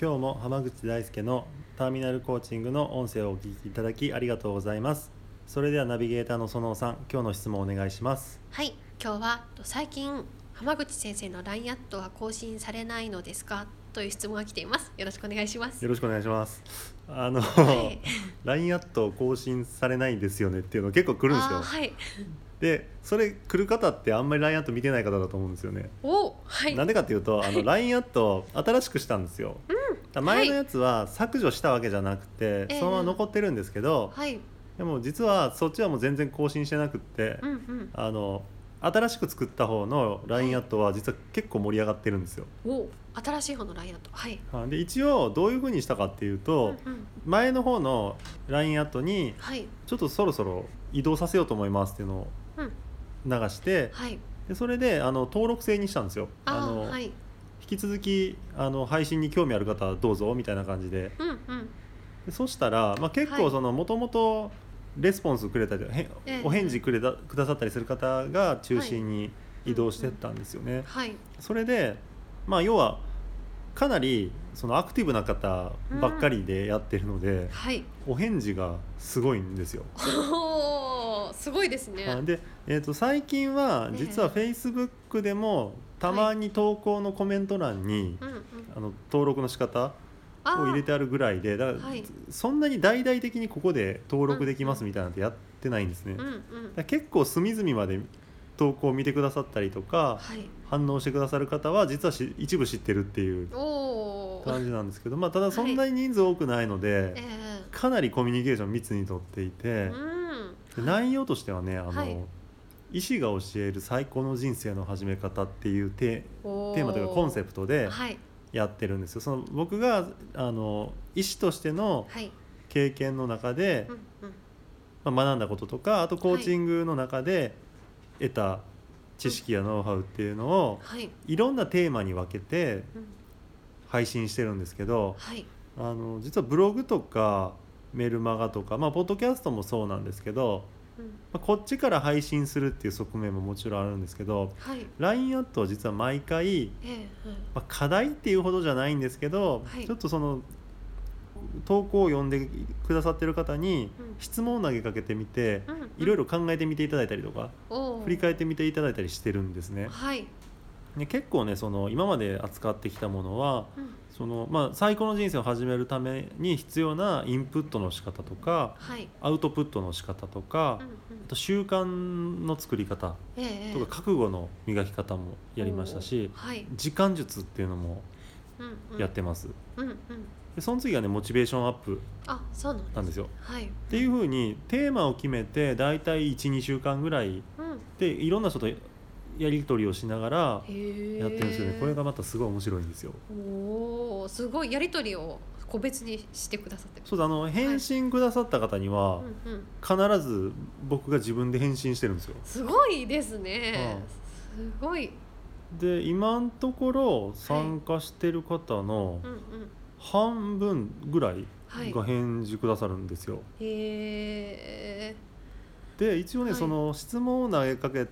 今日も浜口大輔のターミナルコーチングの音声をお聞きいただきありがとうございますそれではナビゲーターの園尾さん今日の質問お願いしますはい、今日はと最近浜口先生の LINE アットは更新されないのですかという質問が来ています。よろしくお願いします。よろしくお願いしますあの、はい、 LINE アット更新されないんですよねっていうの結構来るんですあーよはい。でそれ来る方ってあんまり LINE アット見てない方だと思うんですよねおー、はい。なんでかっていうとあの LINE アット新しくしたんですよ、だから前のやつは削除したわけじゃなくて、ええそのまま残ってるんですけど、はい。でも実はそっちはもう全然更新してなくって、うんうん。あの新しく作った方の LINE アットは実は結構盛り上がってるんですよ。おー、新しい方の LINE アット。はい。はいで一応どういう風にしたかっていううんうと、ん。前の方の LINE アットにはい。ちょっとそろそろ移動させようと思いますっていうのをうん流して、はい。でそれであの登録制にしたんですよ。あーのはい。引き続きあの配信に興味ある方はどうぞみたいな感じでうんうん。でそしたら、まあ、結は構いそのもともとレスポンスくれたりへんええお返事くれたくださったりする方が中心に移動してったんですよね。はい。それで、まあ、要はかなりそのアクティブな方ばっかりでやってるので、はい。お返事がすごいんですよ。おー、すごいですね。あで、えー、と最近はええ実はフェイスブックでもたまに投稿のコメント欄に、うんうん。あの登録の仕方あを入れー、てあるぐらいでだから、はいそんなに大々的にここで登録できますみたいなんてやってないんですね。うんだうかん。ら結構隅々まで投稿を見てくださったりとかはい。反応してくださる方は実はし一部知ってるっていうおー。感じなんですけど、まあ、ただそんなに人数多くないので、えかなりコミュニケーション密にとっていえて、うでん。内容としてはねあの、はい医師が教える最高の人生の始め方っていうテおテーマというかコンセププトではい。やってるんですよ。その僕があの医師としてのはい。経験の中でう、んうん。まあ、学んだこととかあとコーチングの中で得た知識やノウハウっていうのをはい。いろんなテーマに分けてうん。配信してるんですけど、はい。あの実はブログとかメルマガとか、まあ、ポッドキャストもそうなんですけど、うん。まあ、こっちから配信するっていう側面ももちろんあるんですけどはい。 LINE アットは実は毎回、ええまあ、課題っていうほどじゃないんですけど、はいちょっとその投稿を読んでくださってる方にうん質問を投げかけてみて、うんうんいろいろ考えてみていただいたりとか、おー振り返ってみていただいたりしてるんですね。はい。で結構ねその今まで扱ってきたものはうんそのまあ、最高の人生を始めるために必要なインプットの仕方とかはい。アウトプットの仕方とか、うんうんあと習慣の作り方ええええとか覚悟の磨き方もやりましたし、はい。時間術っていうのもうんうんやってます、うんうん。でその次がねモチベーションアップあ、そうなんなだ。んですよ。はい。っていうふうにテーマを決めて大体12週間ぐらいうん。でいろんな人とやり取りをしながらへえ。やってるんですよね、これが。またすごい面白いんですよ。おお、すごいやりとりを個別にしてくださってる。そうだあの返信くださった方には、うんうん。必ず僕が自分で返信してるんですよすごいですね。すごい。で今のところ参加してる方のうんうん。半分ぐらいはいが。返事くださるんですよ、へえ。で一応ね、はいその質問を投げかけ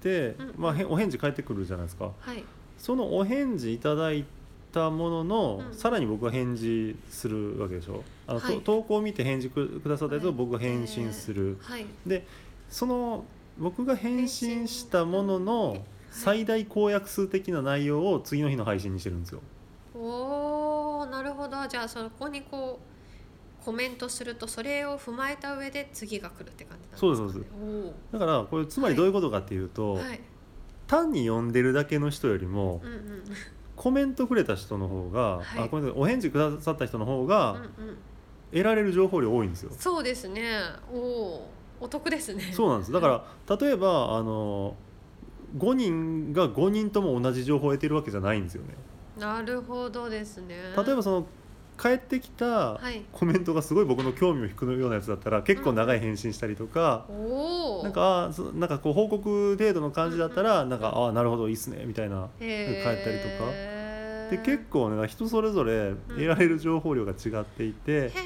て、うんまあ、へお返事返ってくるじゃないですかはい。そのお返事いただいたものの、うんさらに僕が返事するわけでしょあの、とはい投稿を見て返事くくださったやつを僕が返信する、はい。でその僕が返信したもの返の最大公約数的な内容を次の日の配信にしてるんですよ。おお、なるほど。じゃあ、そこにこう。コメントすると、それを踏まえた上で、次が来るって感じなんですか、ね。。そうですそうですおだお。からこれつまりどういうことかっていうと、はい、単に読んでるだけの人よりもうんうん、コメントくれた人の方が、はいあコメントお返事くださった人の方うがんうん、得られる情報量多いんですよ。そうですね。おお、お得ですね。そうなんですだから例えばあの5人が5人とも同じ情報を得てるわけじゃないんですよねなるほどですね例えばその返ってきたはいコメントがすごい僕の興味を引くようなやつだったら結構長い返信したりとか、おおなんかあーそなんかこう報告程度の感じだったらなんかああなるほどいいっすねみたいなへ帰ったりとかえで結構ね人それぞれ得られる情報量が違っていて、へだか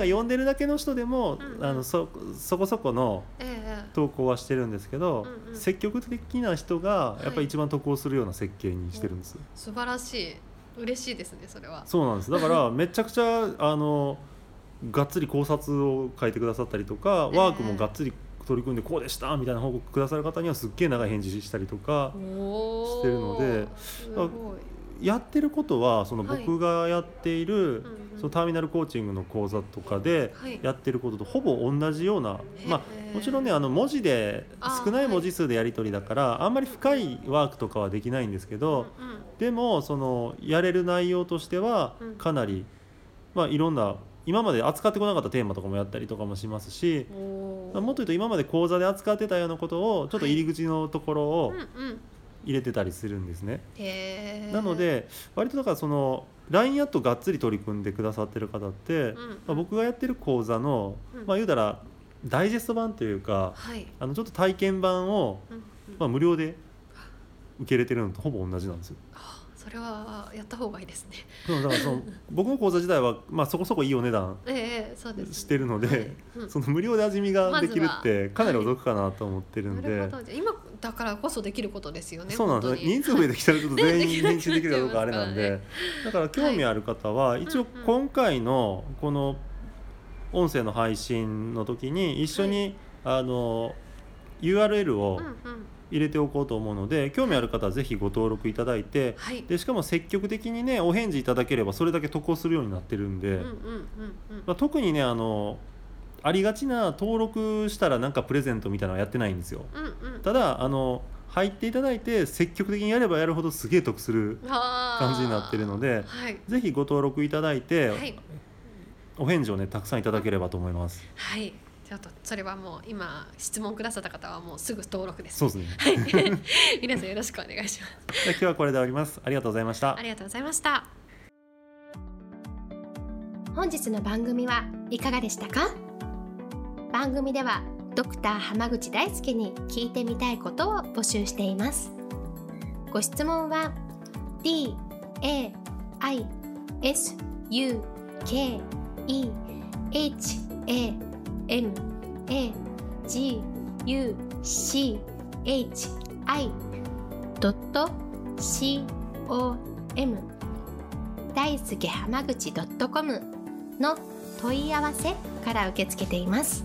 らえ読んでるだけの人でも、うんうんあのそそこそこのえ投稿はしてるんですけど、うんうん積極的な人がやっぱり一番投稿するような設計にしてるんです、え素晴らしい嬉しいですねそれはそうなんですだ からめちゃくちゃあのがっつり考察を書いてくださったりとかワークもがっつり取り組んでこうでしたみたいな報告くださる方にはすっげえ長い返事したりとかお、おしてるのですごい、やってることはそのはい僕がやっている、うんうんそのターミナルコーチングの講座とかではいやってることとほぼ同じような、まへあ、ーもちろんねあの文字であー少ない文字数でやり取りだからあんまり深いワークとかはできないんですけどうんうんでもそのやれる内容としてはうんかなり、まあ、いろんな今まで扱ってこなかったテーマとかもやったりとかもしますしおもっと言うと今まで講座で扱ってたようなことをちょっと入り口のところとをうんうん、入れてたりするんですね。へえなの、で割とだからその LINE アットがっつり取り組んでくださってる方って、うんうんまあ、僕がやってる講座の、うんまあ、言うたらダイジェスト版というかはいあのちょっと体験版を、うんうんまあ、無料で受け入れてるのとほぼ同じなんですよ。あそれはやった方がいいですね。そうだから その僕の講座自体は、まあ、そこそこいいお値段ええそうです、ね。してるので、はいうんその無料で味見ができるっまずてかなりお得かなと思ってるんなで、るほど。じゃあ今だからこそできることですよね。そうなんです本よ当に人数増えてきたら ちょっと全員ね認知できるかどうかあれなんで、でだから興味ある方は一応うんうん今回のこの音声の配信の時に一緒に、あの URL をうんうん。入れておこうと思うので興味ある方はぜひご登録いただいてはい。でしかも積極的にねお返事いただければそれだけ渡航するようになってるんで、うんうんうんうん。まあ、特にねあのありがちな登録したらなんかプレゼントみたいなのはやってないんですよ。うんうん。ただあの入っていただいて積極的にやればやるほどすげえ得する感感じになってるのではい。ぜひご登録いただいて、はい。お返事をねたくさんいただければと思います。はい。ちょっとそれはもう今質問くださった方はもうすぐ登録です。そうで すね。はい。皆さんよろしくお願いします。じゃあ今日はこれで終わります。ありがとうございましたあ。りがとうございました。本日の番組はいかがでしたか番組ではドクター濱口大輔に聞いてみたいことを募集していますご質問は d a i s u k e h a m a g u c h i c o m 大輔濱口 .com の問い合わせから受け付けています